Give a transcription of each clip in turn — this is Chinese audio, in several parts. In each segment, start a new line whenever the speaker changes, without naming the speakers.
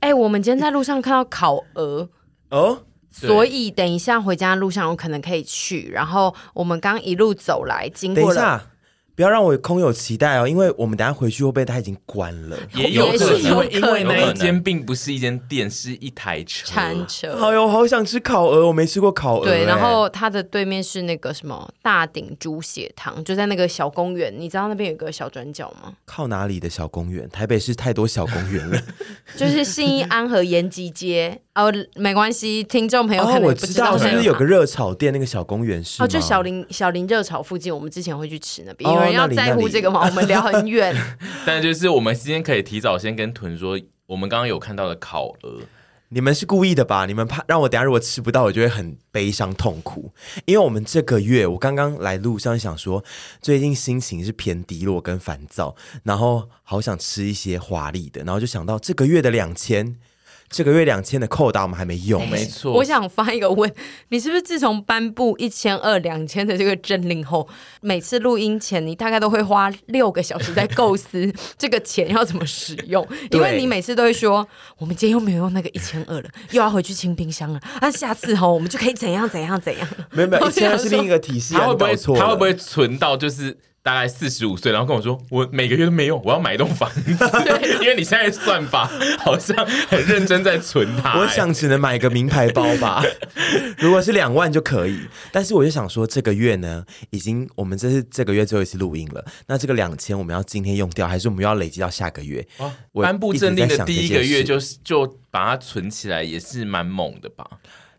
哎我们今天在路上看到烤鹅，
哦，
对
所以等一下回家的路上我可能可以去。然后我们刚一路走来，经
等
过
一
了，
下，不要让我空有期待哦，因为我们等一下回去会不会它已经关了？
也有
也
可
是有
能，因为
可
那
能
一间并不是一间店，是一台车。
铲
好
车。
哟，哎好想吃烤鹅，我没吃过烤鹅、
对，
哎
然后它的对面是那个什么大鼎猪血汤，就在那个小公园。你知道那边有个小转角吗？
靠哪里的小公园？台北市太多小公园 了。
就是信义安和延吉街。哦，没关系，听众朋友可能
哦我
也不
知
道
是
在
不
哪
是有个热炒店？那个小公园是吗
哦，就小林小林热炒附近，我们之前会去吃那边。
哦
有人要
那里
在乎这个吗？我们聊很远，
但就是我们今天可以提早先跟屯说，我们刚刚有看到的烤鹅，
你们是故意的吧？你们怕让我等下如果吃不到，我就会很悲伤痛苦。因为我们这个月，我刚刚来路上想说，最近心情是偏低落跟烦躁，然后好想吃一些华丽的，然后就想到这个月的两千，这个月两千的扣打我们还没用、
没错。
我想发一个问：你是不是自从颁布一千二、两千的这个政令后，每次录音前你大概都会花六个小时在构思这个钱要怎么使用？因为
对
你每次都会说，我们今天又没有用那个一千二了，又要回去清冰箱了。那、下次吼，我们就可以怎样怎样怎样。
没有没有，
我
现在
想
是
说
另一个体系、啊，
他会
你
不
搞
会
错了
他会不会存到就是大概四十五岁，然后跟我说我每个月都没有，我要买一栋房 子，因为你现在算法好像很认真在存它、欸
我想只能买个名牌包吧， 如果是两万就可以。但是我就想说，这个月呢，已经我们这是这个月最后一次录音了。那这个两千我们要今天用掉，还是我们又要累积到下个月？
哇
我
哦颁布政令
一直在
的
想
第一
这件
个
事
月就是就把它存起来，也是蛮猛的吧？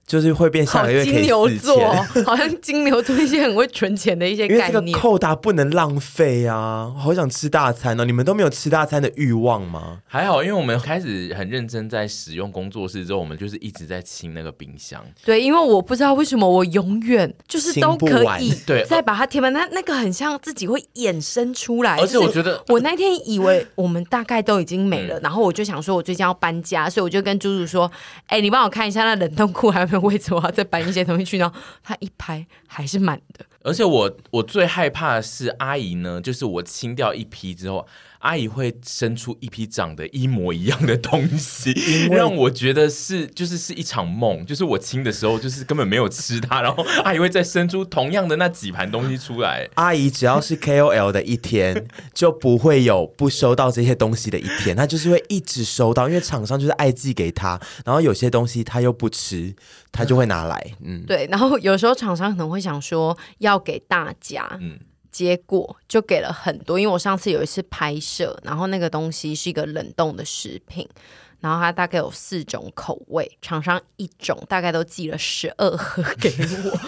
就是会变下
好
个月可
金
以
牛
四
座哦
千，
好像金牛座一些很会存钱的一些
因为
概
这个
念。
扣打不能浪费啊！好想吃大餐哦，你们都没有吃大餐的欲望吗？
还好，因为我们开始很认真在使用工作室之后，我们就是一直在清那个冰箱。
对，因为我不知道为什么我永远就是都
清不
可
完
以
对哦
再把它填满，那那个很像自己会衍生出来。
而且
就是
我觉得嗯
我那天以为我们大概都已经没了，然后我就想说，我最近要搬家，所以我就跟猪猪说：“哎、你帮我看一下那冷冻库还有没有位置，我要再搬一些东西去。”然后他一拍还是满的，
而且我我最害怕的是阿姨呢，就是我清掉一批之后，阿姨会生出一批长得一模一样的东西，让我觉得是就是是一场梦，就是我清的时候就是根本没有吃它，然后阿姨会再生出同样的那几盘东西出来。
阿姨只要是 KOL 的一天， 就不会有不收到这些东西的一天，她就是会一直收到，因为厂商就是爱寄给她，然后有些东西她又不吃，她就会 拿来，嗯，
对。然后有时候厂商可能会想说要给大家，
嗯，
结果就给了很多，因为我上次有一次拍摄，然后那个东西是一个冷冻的食品，然后它大概有四种口味，厂商一种大概都寄了十二盒给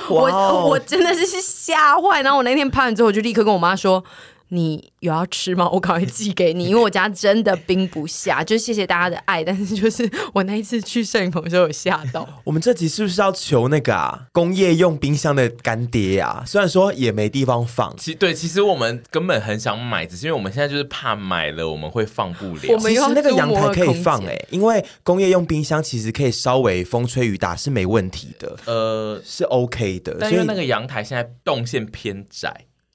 我，
哇哦
我我真的是吓坏。然后我那天拍完之后，我就立刻跟我妈说。你有要吃吗？我赶快寄给你，因为我家真的冰不下。就谢谢大家的爱，但是就是我那一次去摄影棚的时候有吓到，
我们这集是不是要求那个啊工业用冰箱的干爹啊？虽然说也没地方放，
其对，其实我们根本很想买，只是因为我们现在就是怕买了我们会放不了。
我们
其实
又要
那个
租
阳
摩
台
尔
可以
空
放
间
哎、因为工业用冰箱其实可以稍微风吹雨打是没问题的，
呃，
是 OK 的。所
但因
以
为那个阳台现在动线偏窄，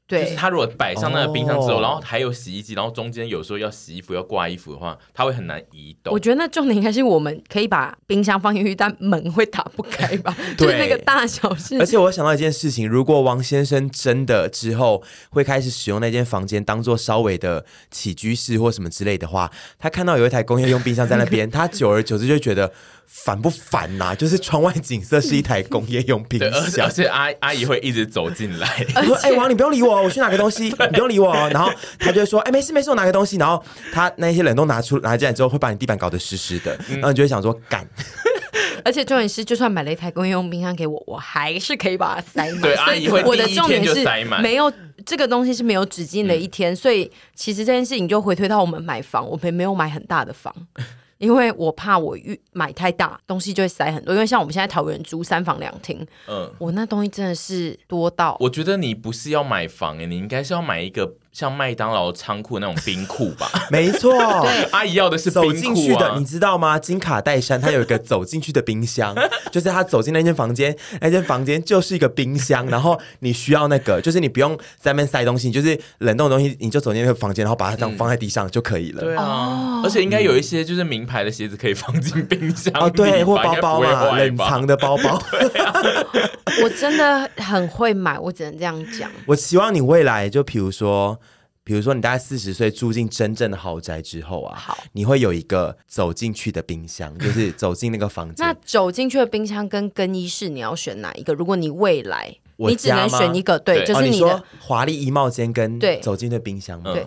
就是
对，
它如果摆上那个冰箱之后，
哦
然后还有洗衣机，然后中间有时候要洗衣服、要挂衣服的话，它会很难移动。
我觉得那重点应该是我们可以把冰箱放进去，但门会打不开 吧？
对
就是那个大小是
嗯
而。且我想到一件事情，如果王先生真的之后会开始使用那间房间当做稍微的起居室或什么之类的话，他看到有一台工业用冰箱在那 边，他久而久之就觉得烦不烦呐、就是窗外景色是一台工业用冰
对，而且
箱
而。且阿阿姨会一直走进 来，
我说：“哎、王，你不用理我，我去拿个 东西，你不用理我。”然后他就会说：“哎、没事没事，我拿个东西。”然后他那些冷冻拿出拿进来之后，会把你地板搞得湿湿的，
嗯
然后你就会想说：“干，
而且重点是，就算买了一台公用冰箱给我，我还是可以把它塞满。
对
所以
阿姨会
我的
第一
重点
天就是塞满嗯
没有这个东西是没有止境的一天，所以其实这件事情就回推到我们买房，我们没有买很大的房。因为我怕我预买太大东西就会塞很多，因为像我们现在桃园租三房两厅，
嗯。
我那东西真的是多到
欸我觉得你不是要买房诶、你应该是要买一个像麦当劳仓库那种冰库 吧。
没错，
阿姨要的是
走
冰
进
库
去的，
啊
你，知道吗？金卡戴珊她有一个走进去的冰箱，就是她走进那间房间，那间房间就是一个冰箱，然后你需要那个，就是你不用在那边塞东西，你就是冷冻的东西，你就走进那个房间，然后把它这样放在地上就可以了。
嗯对
哦
啊，而且应该有一些就是名牌的鞋子可以放进冰箱里吧
哦，对，或包包
应该
嘛，
不会坏
冷
吧？
藏的包 包。
我真的很会买，我只能这样讲。
我希望你未来就比如说，比如说你大概四十岁住进真正的豪宅之后啊
好，
你会有一个走进去的冰箱，就是走进那个房
那
间。
走进去的冰箱跟更衣室，你要选哪一个？如果你未来，
我
你只能
家吗
选一个，对，
对
就
哦，
是
你
的
说。华丽衣帽间跟
对
走进去的冰箱吗？
对，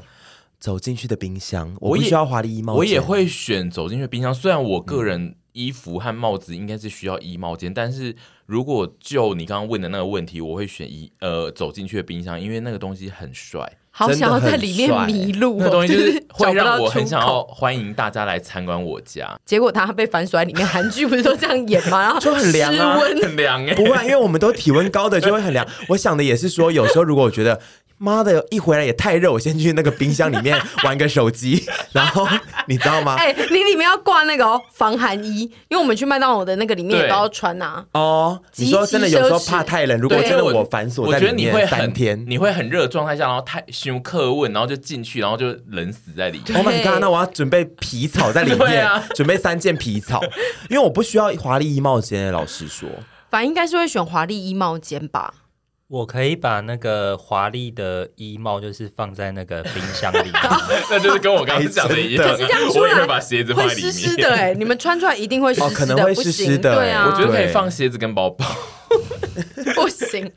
走进去的冰箱，
我
我不
也
需要华丽衣帽间，嗯
我也会选走进去冰箱，虽然我个人衣服和帽子应该是需要衣帽间，但是如果就你刚刚问的那个问题，我会选衣呃走进去的冰箱，因为那个东西很帅，
好想要在里面
真的很帅欸
迷路、哦，
那个东西 就是
找
会
不到
让我
出
很想
口
要欢迎大家来参观 我家，
结果他被反甩，里面韩剧不是都这样演吗？然后
就很凉
失
啊
温
很凉哎、
不会啊，因为我们都体温高的就会 很凉。我想的也是说，有时候如果我觉得。妈的！一回来也太热，我先去那个冰箱里 面玩个手机，然后你知道吗？
哎、你里面要挂那个哦，防寒衣，因为我们去麦当劳的那个里面也
对
都要穿呐、啊。
哦，
极
你说真的，
其奢侈
有时候怕太冷，如果
对
真的
因为
我反锁
我
在
觉得
里
你会
面三
很
天
你会很热的状态下，然后太胸克问，然后就进去，然后就冷死在里面。
，Oh my god！那我要准备皮草在里
对
面，
啊
准备三件皮草，因为我不需要华丽衣帽间。老实说，
反正应该是会选华丽衣帽间吧。
我可以把那个华丽的衣帽，就是放在那个冰箱里面。
那就是跟我刚刚讲的一样，
哎真的可
是这样出
我
来
也会把鞋子放
会
在里
湿
面。
湿的哎、你们穿出来一定会湿湿的，
哦可能会
不行
湿湿的
对啊，啊
哎
我觉得可以
对
放鞋子跟包包，
不行。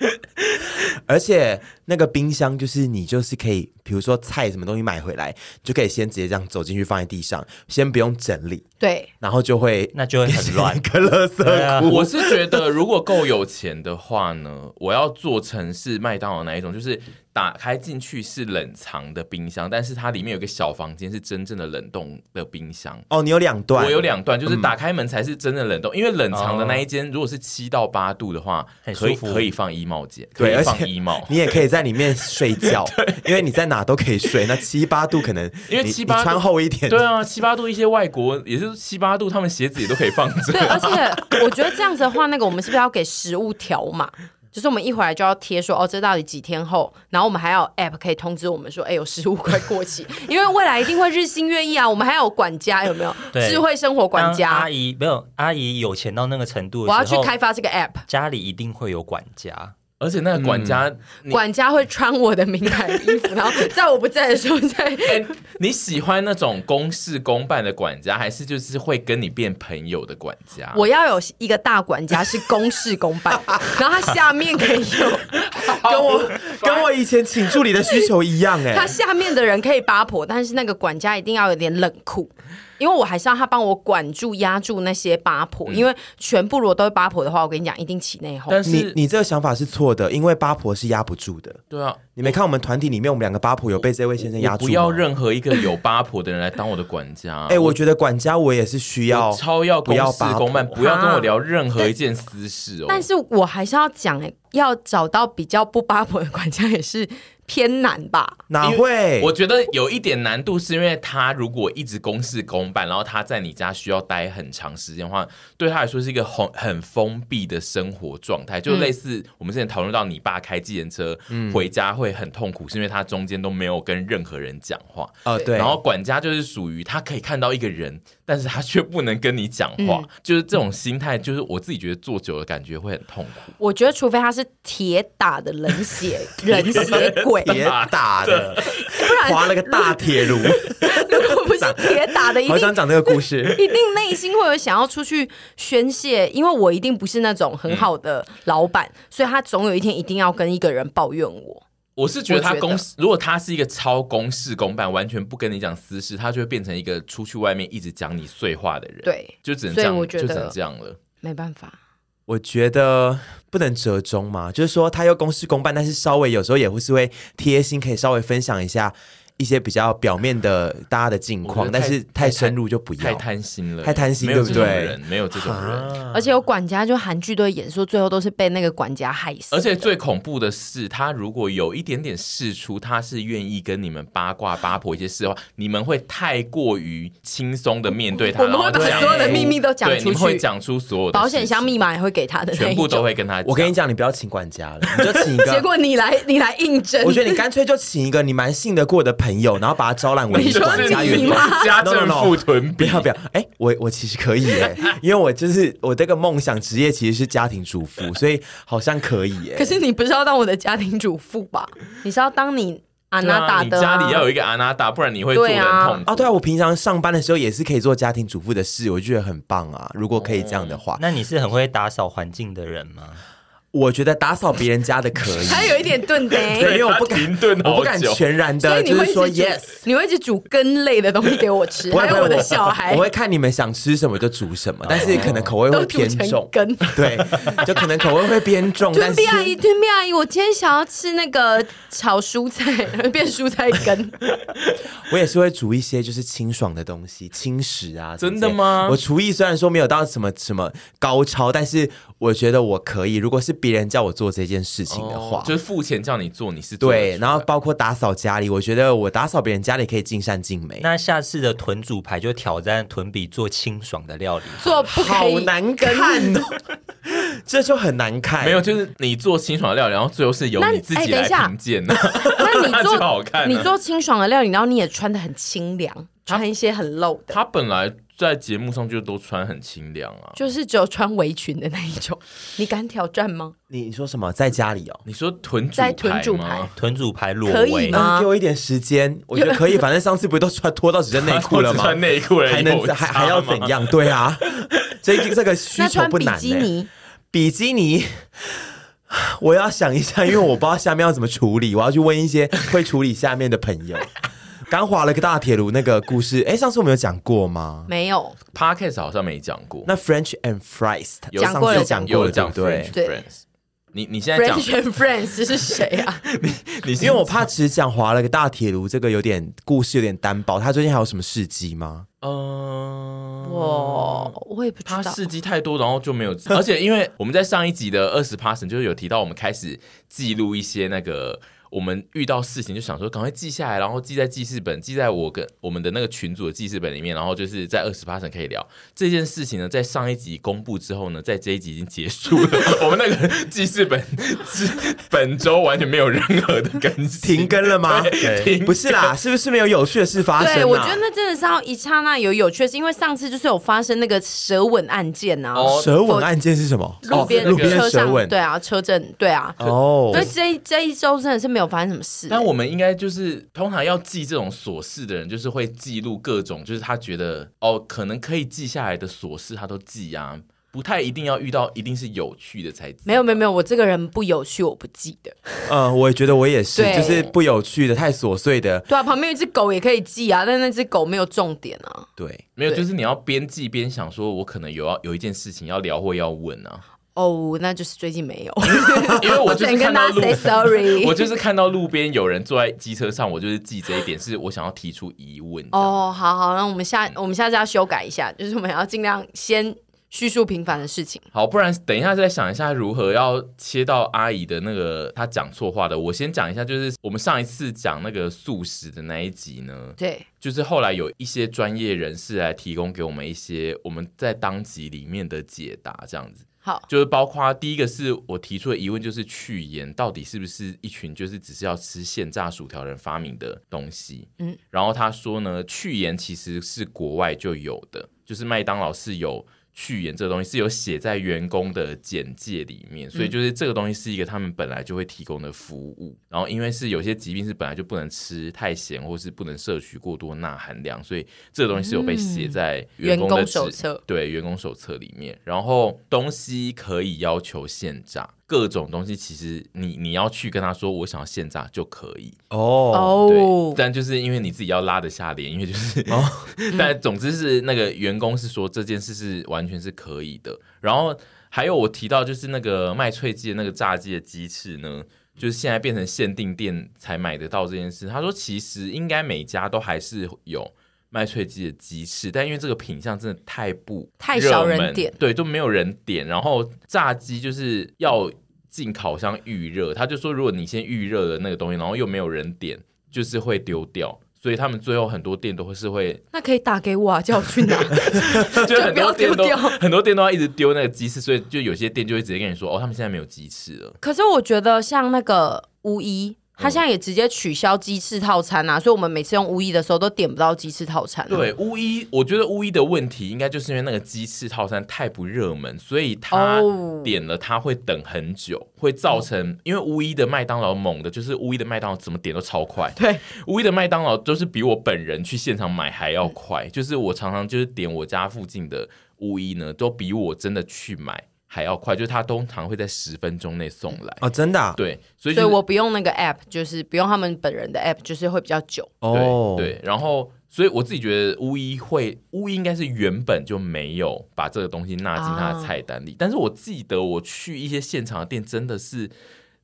而且那个冰箱就是你就是可以，比如说菜什么东西买回来，就可以先直接这样走进去放在地上，先不用整理，
对，
然后就会
那就会很乱
一个垃 圾
对啊
库。
我是觉得，如果够有钱的话呢，我要做成是麦当劳那一种，就是打开进去是冷藏的冰箱，但是它里面有一个小房间是真正的冷冻的冰箱。
哦，你有两段，
我有两段，
嗯
就是打开门才是真的冷冻，因为冷藏的那一
哦
间如果是七到八度的话，
很
可以
舒服
可以放衣帽间，可
对，
以
而
放
且
衣帽。
你也可以在里面睡 觉，因为你在哪都可以睡。那七八度可能
因为
你
七八
你穿
度
厚一点，
对啊，七八度一些外国也就是七八度，他们鞋子也都可以放 着
对，。
啊
而且我觉得这样子的话，那个我们是不是要给食物条码？就是我们一回来就要贴说哦，这到底几天后？然后我们还要有 app 可以通知我们说，哎，有食物快过期， 因为未来一定会日新月异啊。我们还有管家有没有？
对
智慧生活 管
当
家
阿，姨没有阿姨有钱到那个程度
我要
的时
去
候，
开发这个 app，
家里一定会有管家。
而且那个管家，
嗯
你
管家会穿我的名牌衣服，然后 在我不在的时候再。
哎 你喜欢那种公事公办的管家，还是就是会跟你变朋友的管家？
我要有一个大管家是公事公办， 然后他下面可以有，
跟我跟我以前请助理的需求一样哎、
他下面的人可以八婆，但是那个管家一定要有点冷酷，因为我还是要他帮我管住、压住那些八婆，因为全部如果都是八婆的话，我跟你讲，一定起内讧。
但
你
是
你这个想法是错的，因为八婆是压不住的。
对啊，
你没看我们团体里面，我们两个八婆有被这位先生压
我
住
不要
吗
任何一个有八婆的人来当我的管家。
哎、我觉得管家我也是需要
我超要
不
公
要
事
八
公办，
婆
不要跟我聊任何一件私事哦。
但是我还是要讲、哎，要找到比较不八婆的管家也是偏难吧？
哪
因
会？
我觉得有一点难度，是因为他如果一直公事公办，然后他在你家需要待很长时间的话，对他来说是一个很很封闭的生活状态，
嗯
就类似我们之前讨论到你爸开计程车、回家会很痛苦，是因为他中间都没有跟任何人讲话。
哦对，
然后管家就是属于他可以看到一个人，但是他却不能跟你讲话，
嗯
就是这种心态，就是我自己觉得坐久了感觉会很痛苦。
我觉得除非他是铁打的冷血冷血鬼，
铁打的，
不然
划了个大铁 炉。
如果不是铁打的，一
好
定
想讲这个故事。
一定内心会有想要出去宣泄，因为我一定不是那种很好的老板，所以他总有一天一定要跟一个人抱怨我。
我是觉得他
我觉得
公，如果他是一个超公事公办，完全不跟你讲私事，他就会变成一个出去外面一直讲你碎话的人。，
对，
就只能这样，
所以我觉得
就只能这样了。
没办法，
我觉得不能折中嘛，就是说他又公事公办，但是稍微有时候也会是会贴心，可以稍微分享一下。一些比较表面的大家的近
我
况，
觉得
但
太
是太深入就不要。
太贪心了，
太贪心
没有
对
这
不
种
对
人，没有这种人。
啊
而且有管家，就韩剧都会演说，最后都是被那个管家害死。
而且最恐怖的是，他如果有一点点事出，他是愿意跟你们八卦八婆一些事的话，你们会太过于轻松的面对他，
我们会把
然后讲出
所有的秘密都讲
对
出
你们会
去，
讲出所有的
保险
事
箱
情
密码也会给他的那一种，
全部都会跟他。
我跟你，讲，你不要请管家了，你就请一
结
个。
果你来，你来应征，
我觉得你干脆就请一个你蛮信得过的朋友，然后把他招揽为
你
你的
说
管家
你
员工
吗。
家
No, no,
政
no
副屯
不
比
要不要，哎、我我其实可以 哎、因为我就是我这个梦想职业其实是家庭主 妇，所以好像可以 哎、
可是你不是要当我的家庭主妇吧？你是要当你阿
对啊
娜达的、
你家里要有一个阿娜达，不然你会做的
对啊
痛苦
啊，对啊，我平常上班的时候也是可以做家庭主妇的事，我就觉得很棒啊。如果可以这样的话，
那你是很会打扫环境的人吗？
我觉得打扫别人家的可以，
还有一点钝的、
对，因为我 不敢
停顿好久
我不敢全然
所
的，
以你
就
会
是说
一直煮
yes。
你会一直煮根类的东西给我吃，
不会
还
不
有
会，
我的小孩
我会看你们想吃什么就煮什么，但是可能口味
都
会
煮
偏
成
重，
根。
对，就可能口味会偏 重，但
吞
是
碧阿姨，吞碧阿姨，我今天想要吃那个炒蔬菜， 变蔬菜根。
我也是会煮一些就是清爽的东西， 轻食啊。
真的
什么之类
吗
我厨艺虽然说没有到什么什么高超，但是我觉得我可以。如果是别人叫我做这件事情的话，
哦就是付钱叫你做，你是做得
对，
出
然后
来
包括打扫家里，我觉得我打扫别人家里可以尽善尽美。
那下次的豚主牌就挑战豚比做清爽的料理。
做不可
好
以
难看哦， 这就很难看。
没有，就是你做清爽的料理，然后最后是由
那
你自
哎
己
等一
来
下
评鉴 的。
那 你
就
做
好看啊
你做清爽的料理，然后你也穿的很清
啊
凉，穿一些很露的，
他本来在节目上就都穿很清凉啊。
就是只有穿围裙的那一种。你敢挑战吗？
你你说什么在家里哦？
你说臀主
在臀主
吗？
豚主牌裸
可以
围，
吗啊
嗯给我一点时间，我觉得 可以。反正上次不都穿脱到只剩内裤了吗？
穿内裤而已
还能
有
还还要
差吗
怎样？对啊，这这个需
那
求
穿
不
比
难、欸。
基尼，
比基尼， 我要想一下，因为我不知道下面要怎么处理，我要去问一些会处理下面的朋友。 刚划了个大铁炉那个故事，哎，上次我们有讲过吗？
没有，
？Podcast 好像没讲过，
那 French and fries
有
上
讲过
次
了
讲过
有
了，对
讲
不对
French？
对
Friends。你你现在讲
French，and Friends 是谁啊？
你
因为我怕只讲划了个大铁炉，这个有点故事有点单薄。他最近还有什么事迹 吗？
嗯，
我我也不知
他
道。
事迹太多，然后就没有。 而且因为我们在上一集的二十 p a s s 就是有提到，我们开始记录一些那个我们遇到事情，就想说赶快记下来，然后记在记事本，记在我跟我们的那个群组的记事本里面，然后就是在二十 p a s s 可以聊这件事情呢。在上一集公布之后呢，在这一集已经结束了， 我们那个记事本 是本周完全没有任何的更新，
停更了吗？
停
不是啦，是不是没有有趣的事发生、啊？
对，我觉得那真的是要一刹那有有趣的事，因为上次就是有发生那个舌吻案件啊呐、
哦
舌吻案件是什么？
路边、
哦路边
车
舌
上
吻。
对啊，车震对啊，
哦，
所以这一这一周真的是没有发生什么事、欸
但我们应该就是通常要记这种琐事的人，就是会记录各种，就是他觉得哦，可能可以记下来的琐事，他都记啊，不太一定要遇到，一定是有趣的才记。
没有没有没有，我这个人不有趣，我不记得。
嗯，我也觉得我也是，
对
就是不有趣的、太琐碎的，
对啊，旁边有一只狗也可以记啊，但那只狗没有重点啊。
对。
没有，
对
就是你要边记边想，说我可能有要有一件事情要聊或要问 啊，
哦，那就是最近没有。
因为我
我只
就是
能
看
跟大
到
家
路
say sorry。
我就是看到路边有人坐在机车上，我就是记这一点，是我想要提出疑问。哦，
哦，好好，那我们下我们下次要修改一下，就是我们要尽量先叙述平凡的事情。
好，不然等一下再想一下如何要切到阿姨的那个她讲错话的。我先讲一下，就是我们上一次讲那个素食的那一集呢，
对，
就是后来有一些专业人士来提供给我们一些我们在当集里面的解答，这样子。
好，
就是包括第一个是我提出的疑问，就是去盐到底是不是一群就是只是要吃现炸薯条的人发明的东西？嗯
嗯，
然后他说呢，去盐其实是国外就有的，就是麦当劳是有去盐这个东西是有写在员工的简介里面，所以就是这个东西是一个他们本来就会提供的服务。然后因为是有些疾病是本来就不能吃太咸，或是不能摄取过多钠含量，所以这个东西是有被写在员工的
员工手
指
册
对员工手册里面，然后东西可以要求现炸，各种东西其实你你要去跟他说我想要现炸就可以，
哦，
哦
对，，但就是因为你自己要拉得下脸，因为就是，但总之是那个员工是说这件事是完全是可以的。然后还有我提到就是那个卖脆鸡的那个炸鸡的鸡翅呢，就是现在变成限定店才买得到这件事。他说，其实应该每家都还是有麦脆鸡的鸡翅，但因为这个品相真的太不
太少人
热门
点
对，都没有人点。然后炸鸡就是要进烤箱预热，他就说，如果你先预热了那个东西，然后又没有人点，就是会丢掉。所以他们最后很多店都会 是会，
那可以打给我啊，叫我去拿。
就很
不要
多店都
丢掉
很多店都要一直丢那个鸡翅，所以就有些店就会直接跟你说，哦，他们现在没有鸡翅了。
可是我觉得像那个巫
嗯
医，他现在也直接取消鸡翅套餐啊，所以我们每次用巫医的时候都点不到鸡翅套餐、啊。
对，巫医，我觉得巫医的问题应该就是因为那个鸡翅套餐太不热门，所以他
哦
点了他会等很久，会造成因为巫医的麦当劳猛的，就是巫医的麦当劳怎么点都超快，
对，
巫医的麦当劳就是比我本人去现场买还要快，就是我常常就是点我家附近的巫医呢，都比我真的去买还要快，就是他通常会在十分钟内送来，
哦，真的啊、
对，所以、就
所
是、
以我不用那个 app，就是不用他们本人的 app，就是会比较久。
哦，
对对，然后所以我自己觉得巫医会巫医应该是原本就没有把这个东西纳进他的菜单里，但是我记得我去一些现场的店，真的是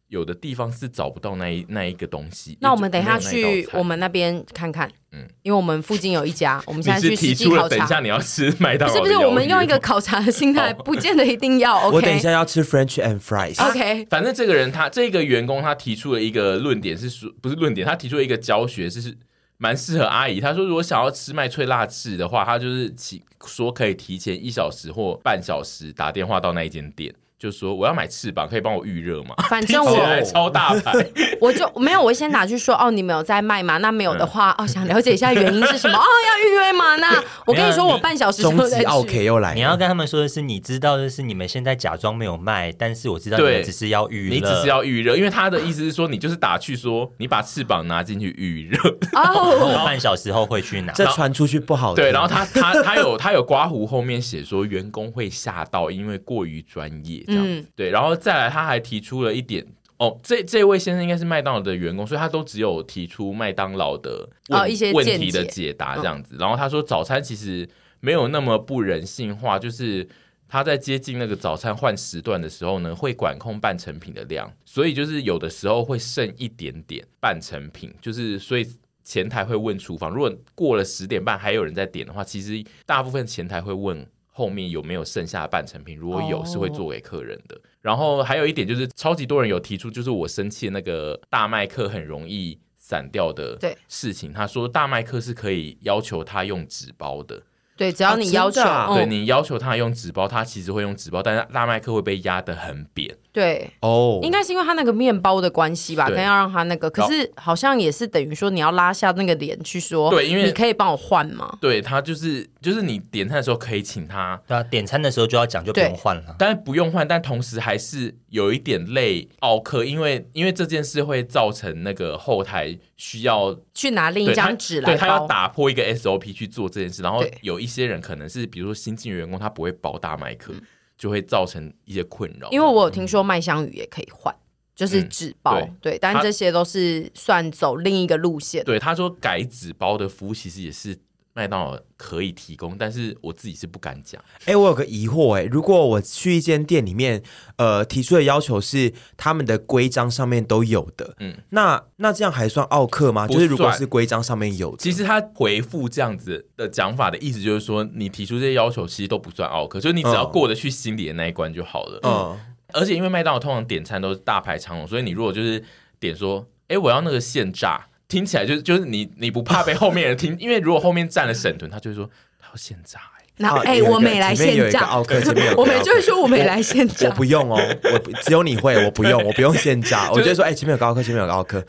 有的地方是找不到那一那一个东西。
那我们等一下
没有那一
去
道菜
我们那边看看，
嗯
嗯，因为我们附近有一 家，我们现在去
你是提
实际
出了
考
等一下
察。
你要吃麦当
不
劳
是
的
不是，
鱿鱼
我们用一个考察的心态，不见得一定 要 OK。啊
我等一下要吃 French and fries。
OK，
反正这个人他这个员工他提出了一个论点是说不是论点，他提出了一个教学是是蛮适合阿姨。他说如果想要吃麦脆辣翅的话，他就是提说可以提前一小时或半小时打电话到那一间店，就说我要买翅膀，可以帮我预热吗？
反正
听起
我
来超大牌，
我就没有，我先打去说哦，你们有在卖吗？那没有的话，哦，想了解一下原因是什么？ 哦，要预约吗？那我跟你说，我半小时之
终
后再
极奥 K
去。
又来了，
你要跟他们说的是，你知道的是，你们现在假装没有卖，但是我知道你
对
们只是要预热，
你只是要预热，因为他的意思是说你就是打去说你把翅膀拿进去预热，
哦，
我半小时后会去拿。
这传出去不好听。
对，然后他他他有他有刮胡后面写说员工会吓到，因为过于专业这样子。
嗯
对，然后再来他还提出了一点。哦，这这位先生应该是麦当劳的员工，所以他都只有提出麦当劳的问、
哦一些
问
见
题的
解嗯
解答这样子。然后他说早餐其实没有那么不人性化，就是他在接近那个早餐换时段的时候呢，会管控半成品的量，所以就是有的时候会剩一点点半成品，就是所以前台会问厨房，如果过了十点半还有人在点的话，其实大部分前台会问后面有没有剩下的半成品，如果有
哦
是会做给客人的。然后还有一点就是，超级多人有提出，就是我生气的那个大麦克很容易散掉的
对
事情，他说大麦克是可以要求他用纸包的。
对，只要你要求，
真的啊
嗯
对你要求他用纸包，他其实会用纸包，但是大麦克会被压得很扁。
对，
哦，
应该是因为他那个面包的关系吧，可
对
能要让他那个，可是好像也是等于说你要拉下那个脸去说，
对因为
你可以帮我换吗？
对他就是就是你点餐的时候可以请他，
对啊，点餐的时候就要讲，就不用换了。
但是不用换，但同时还是有一点累奥克，因为因为这件事会造成那个后台需要
去拿另一
对他
张纸
对
来
他要
包，
打破一个 SOP 去做这件事，然后
对
有一些人可能是比如说新进员工，他不会包大麦克，就会造成一些困扰。
嗯因为我有听说麦香鱼也可以换，就是
嗯
纸包，对，但
他
这些都是算走另一个路线。
对，他说改纸包的服务其实也是麦当劳可以提供，但是我自己是不敢讲。
哎、我有个疑惑、哎，如果我去一间店里面，呃，提出的要求是他们的规章上面都有的，
嗯
嗯，那那这样还算奥克吗？
不
就是如果
算
是规章上面有的，
其实他回复这样子的讲法的意思就是说，你提出这些要求其实都不算奥克，就是你只要
嗯
过得去心里的那一关就好了。
嗯，
而且因为麦当劳通常点餐都是大排长龙，所以你如果就是点说，哎、我要那个现炸，听起来就是就是你你不怕被后面人听，因为如果后面站了沈腾，他就会说他要现炸、欸。
那
啊
哎、
有一个
我没来
前面有
现
一个
炸，
奥克，前面有一 个
我们
奥
就
克
会说我没来现
我
炸。
不用哦，我不只有你会，我不用，我不用现 炸，我就说，哎、前面有个奥克，前面有个奥克，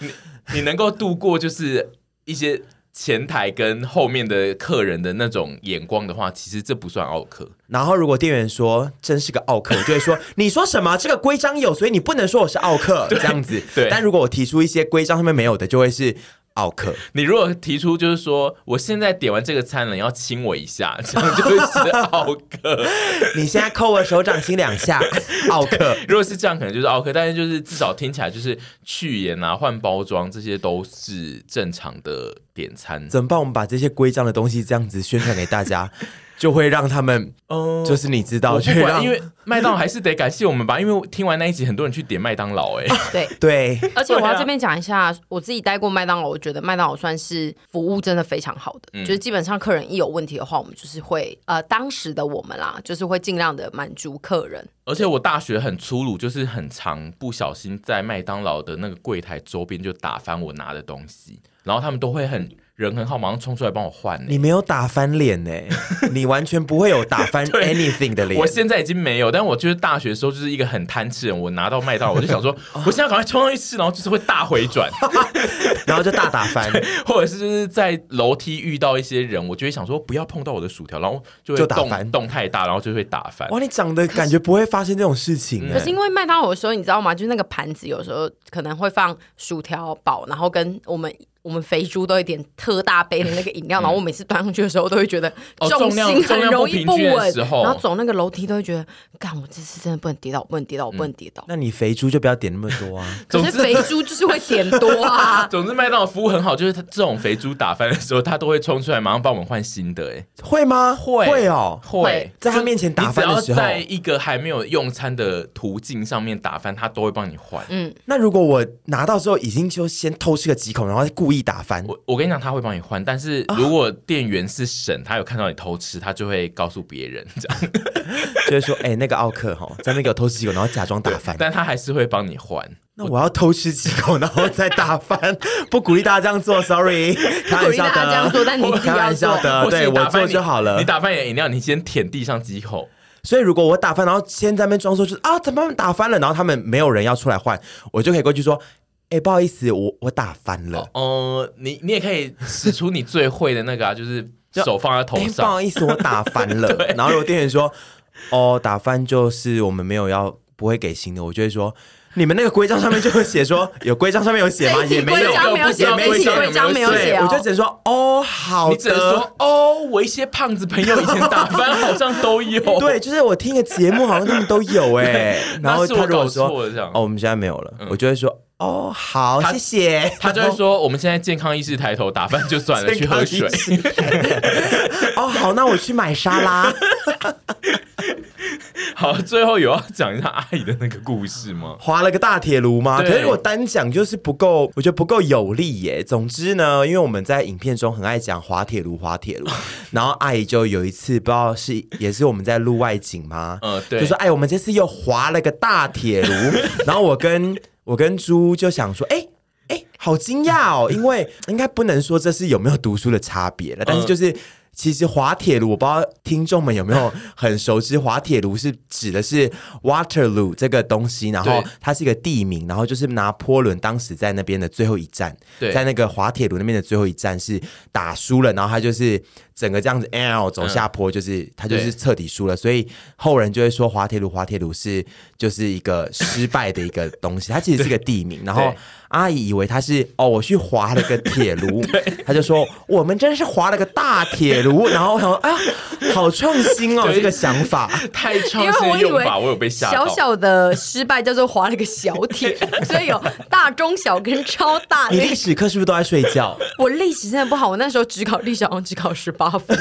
你能够度过就是一些前台跟后面的客人的那种眼光的话，其实这不算奥克。
然后如果店员说真是个奥克，我就会说你说什么？这个规章有，所以你不能说我是奥克这样子。
对
但如果我提出一些规章上面没有的，就会是奥克。
你如果提出就是说，我现在点完这个餐了，你要亲我一下， 这样就是奥克。
你现在扣我手掌心两下，奥 克。
如果是这样，可能就是啊奥克，但是就是至少听起来就是去盐啊、换包装这些都是正常的点餐。
怎么办？我们把这些规章的东西这样子宣传给大家，就会让他们，
嗯
就是你知道，
我
就
不
会
管，
让
因为麦当劳还是得感谢我们吧，因为听完那一集，很多人去点麦当劳、哎，
对，
对，
而且我
对
要
啊
这边讲一下，我自己待过麦当劳，我觉得麦当劳算是服务真的非常好
嗯
的，就是基本上客人一有问题的话，我们就是会呃当时的我们啦，就是会尽量的满足客人。
而且我大学很粗鲁，就是很常不小心在麦当劳的那个柜台周边就打翻我拿的东西，然后他们都会很人很好，马上冲出来帮我换、哎
你没有打翻脸 呢、你完全不会有打翻 anything 的脸
我。现在已经没有，但我就是大学的时候就是一个很贪吃人，我拿到麦 当劳我就想说，
哦
我现在赶快冲上去吃，然后就是会大回转，
然后就大打翻，
或者是就是在楼梯遇到一些人，我就会想说不要碰到我的薯条，然后就会
就打翻
动动太大，然后就会打翻。
哇！你长得感觉不会发生这种事情、
嗯
可
欸，
是因为麦当劳的时候，你知道吗？就是那个盘子有时候可能会放薯条堡，然后跟我们。我们肥猪都有一点特大杯的那个饮料，然后我每次端上去的时候都会觉得
嗯哦重量
心很容易
重量不平均的
稳，
时候
然后走那个楼梯都会觉得，干我这次真的不能跌倒，我不能跌倒，我不能跌倒。
那你肥猪就不要点那么多啊。
可是
总之
肥猪就是会点多啊，
总之，麦当劳服务很好，就是他这种肥猪打翻的时候，他都会冲出来，马上帮我们换新的、哎，
会吗？会会哦，
会
在他面前打翻的
你只
时
要
候。
在一个还没有用餐的途径上面打翻，他都会帮你换。
那如果我拿到之后，已经就先偷吃个几口，然后故意打翻，
我我跟你讲，他会帮你换，但是
啊
如果店员是神，他有看到你偷吃，他就会告诉别人这样，
就是说，哎、那个奥 克哈，在那个偷吃几口，然后假装打翻。
但他还是会帮你换。
那我要偷吃几口，然后再打翻， 不鼓励大家这样做，sorry，开
鼓
玩
励
笑
大家这样
的。
做，但你自己
开
要做
玩笑。的，
或是
对
你打
我
翻
做
你
就好了
你。打翻你的饮料，你先舔地上几口，
所以如果我打翻，然后先在那边装说就是啊，他们打翻了，然后他们没有人要出来换，我就可以过去说，哎、不好意思，我我打翻了。
呃，你你也可以使出你最会的那个啊，就是手放在头
哎、不
上，
好意思，我打翻 了。然后如果店员说，哦，打翻就是我们没有要不会给新的，我就会说，你们那个规章上面就有写 说，有规章上面有写吗？
这一
也
题
没
规。
有
章没有写，
也没有
这一题规章没有
对
写
我就
哦
只。能说哦，好
你只能
的。
说哦，我一些胖子朋友以前打翻好像都 有，
对，就是我听个节目，好像他们都有哎、然后
那是我
他如果
搞
说
错了这样
哦，我们现在没有了，我就会说哦，好，
他
谢谢。
他就 会说，我们现在健康意识抬头打饭就算了，去喝水。
哦，好，那我去买沙拉。
好，最后有要讲一下阿姨的那个故事吗？
划了个大铁炉吗？可
嗯对
是我单讲就是不够，我觉得不够有力耶。总之呢，因为我们在影片中很爱讲滑铁卢，滑铁卢，然后阿姨就有一次不知道是也是我们在录外景吗？
嗯对
就说哎，我们这次又滑了个大铁 卢，然后我跟我跟猪就想说，哎。哎，好惊讶 哦！因为应该不能说这是有没有读书的差别
嗯
了，但是就是。其实滑铁卢，我不知道听众们有没有很熟知，滑铁卢是指的是 Waterloo 这个东西，然后
对
它是一个地名，然后就是拿坡伦当时在那边的最后一站，
对
在那个滑铁卢那边的最后一站是打输了，然后他就是整个这样子 L 走下坡，就是、他就是
嗯对
彻底输了，所以后人就会说滑铁卢，滑铁卢是就是一个失败的一个东西，它其实是一个地名，然后
对。
阿姨以为他是哦，我去划了个铁 炉，他就说我们真是划了个大铁炉，然后我想说啊，好创新哦，
对
这个想法。
太
因
创
为
新
我
的
以
用
为
法，我有被吓到。
小小的失败叫做划了个小 铁，所以有大、中小跟超大。
你历史课是不是都在睡觉？
我历史真的不好，我那时候只考历史好像只考十八 分，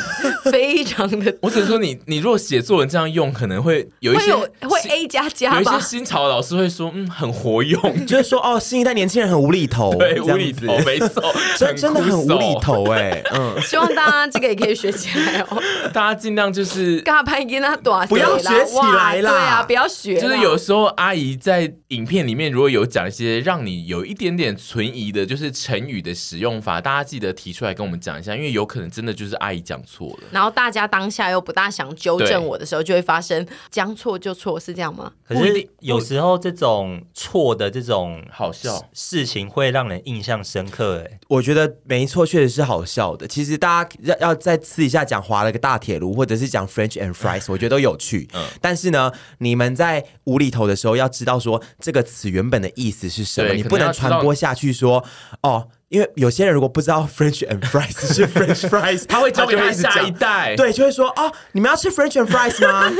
非常的
我只能说你，你如果写作文这样用，可能会有一
会
些
有会
新
A 加
有
加
一些
吧。
新潮的老师会说，嗯，很活用，
就是说 哦，新一代年轻人很无厘头，
对，
这
无
样
厘
子
头，没 错，
真真的
枯
很无厘
手。
头哎、嗯，
希望大家这个也可以学起来 哦。
大家尽量就是。
嘎拍给那短，
不要学起来啦
哇对啊，不要学啦，
就是有时候阿姨在影片里面如果有讲一些让你有一点点存疑的，就是成语的使用法，大家记得提出来跟我们讲一下，因为有可能真的就是阿姨讲错了。
然后大家当下又不大想纠
对
正我的时候，就会发生将错就错，是这样吗？
可
不一定
是有时候这种错的这种
好笑
事情会让人印象深刻，哎，
我觉得没错，确实是好笑的。其实大家要要再私底下讲划了个大铁炉，或者是讲 French and fries，我觉得都有趣。
嗯
但是呢，你们在无厘头的时候要知道说这个词原本的意思是什么，
对
你
可能
不能
要知道
传播下去说哦。因为有些人如果不知道 French and fries 是 French fries，
他会教给
就
他
一直
下
讲
一代。，
对，就会说啊，你们要吃 French and fries 吗？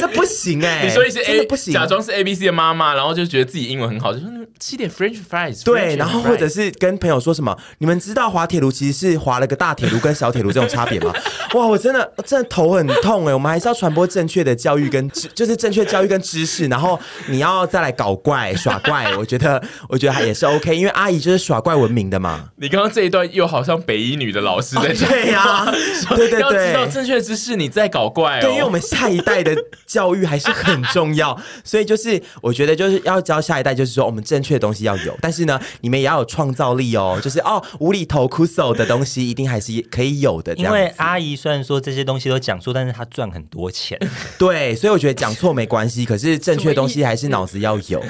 这不行哎、
你说一些
真的
A
不行，
假装是 A B C 的妈妈，然后就觉得自己英文很好，就说嗯吃点 French fries。
对，然后或者是跟朋友说什么，你们知道滑铁卢其实是滑了个大铁卢跟小铁卢这种差 别吗？哇，我真的真的头很痛哎、我们还是要传播正确的教育跟知， 就是正确教育跟知识，然后你要再来搞怪耍怪，我觉得我觉得还也是 OK，因为阿姨就是耍怪闻名的嘛。
你刚刚这一段又好像北医女的老师在讲
哦对呀、 对对
啊要知道
对。
正确知识，你在搞怪哦。
对，因为我们下一代的教育还是很重要， 所以就是我觉得就是要教下一代，就是说我们正确的东西要有，但是呢，你们也要有创造力哦，就是哦无厘头、酷手的东西一定还是可以有的，这
因
样
为阿姨虽然说这些东西都讲述，但是她赚很 多钱，
对，所以我觉得讲错没关系，可是正确的东西还是脑子要有，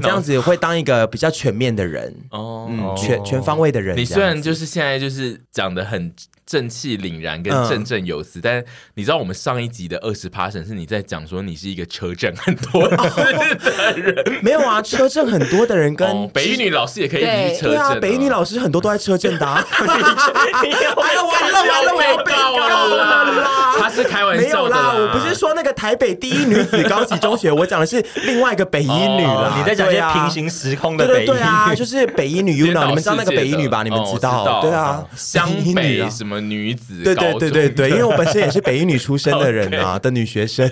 这样子会当一个比较全面的人，
哦，
嗯，全全方位的人这样
你
子。
虽然就是现在就是讲的很正气凛然跟
嗯
振振有词，但你知道我们上一集的二十 p a 是你在讲说你是一个车震很多次的人，
没有啊，车震很多的 人跟、
哦北一女老师也可以去
对
车
对
震
啊，北一女老师很多都在车震的、 啊。哎呀，完了完了，我要被告了啦！
啊他是开玩
没
笑
有
的
啦，我不是说那个台北第一女子高级中学，我讲的是另外一个北一女啦。
哦你在讲一
对
些
啊
平。行时空
对
的
对
北
对啊，
医，
就是北一女 UNO，你们知道那个北一女 吧？你们知
哦我
道，对啊，
湘
北一女
北
啊
什么女子
对
高
对
中
对对对，因为我本身也是北一女出身的人啊的女学生，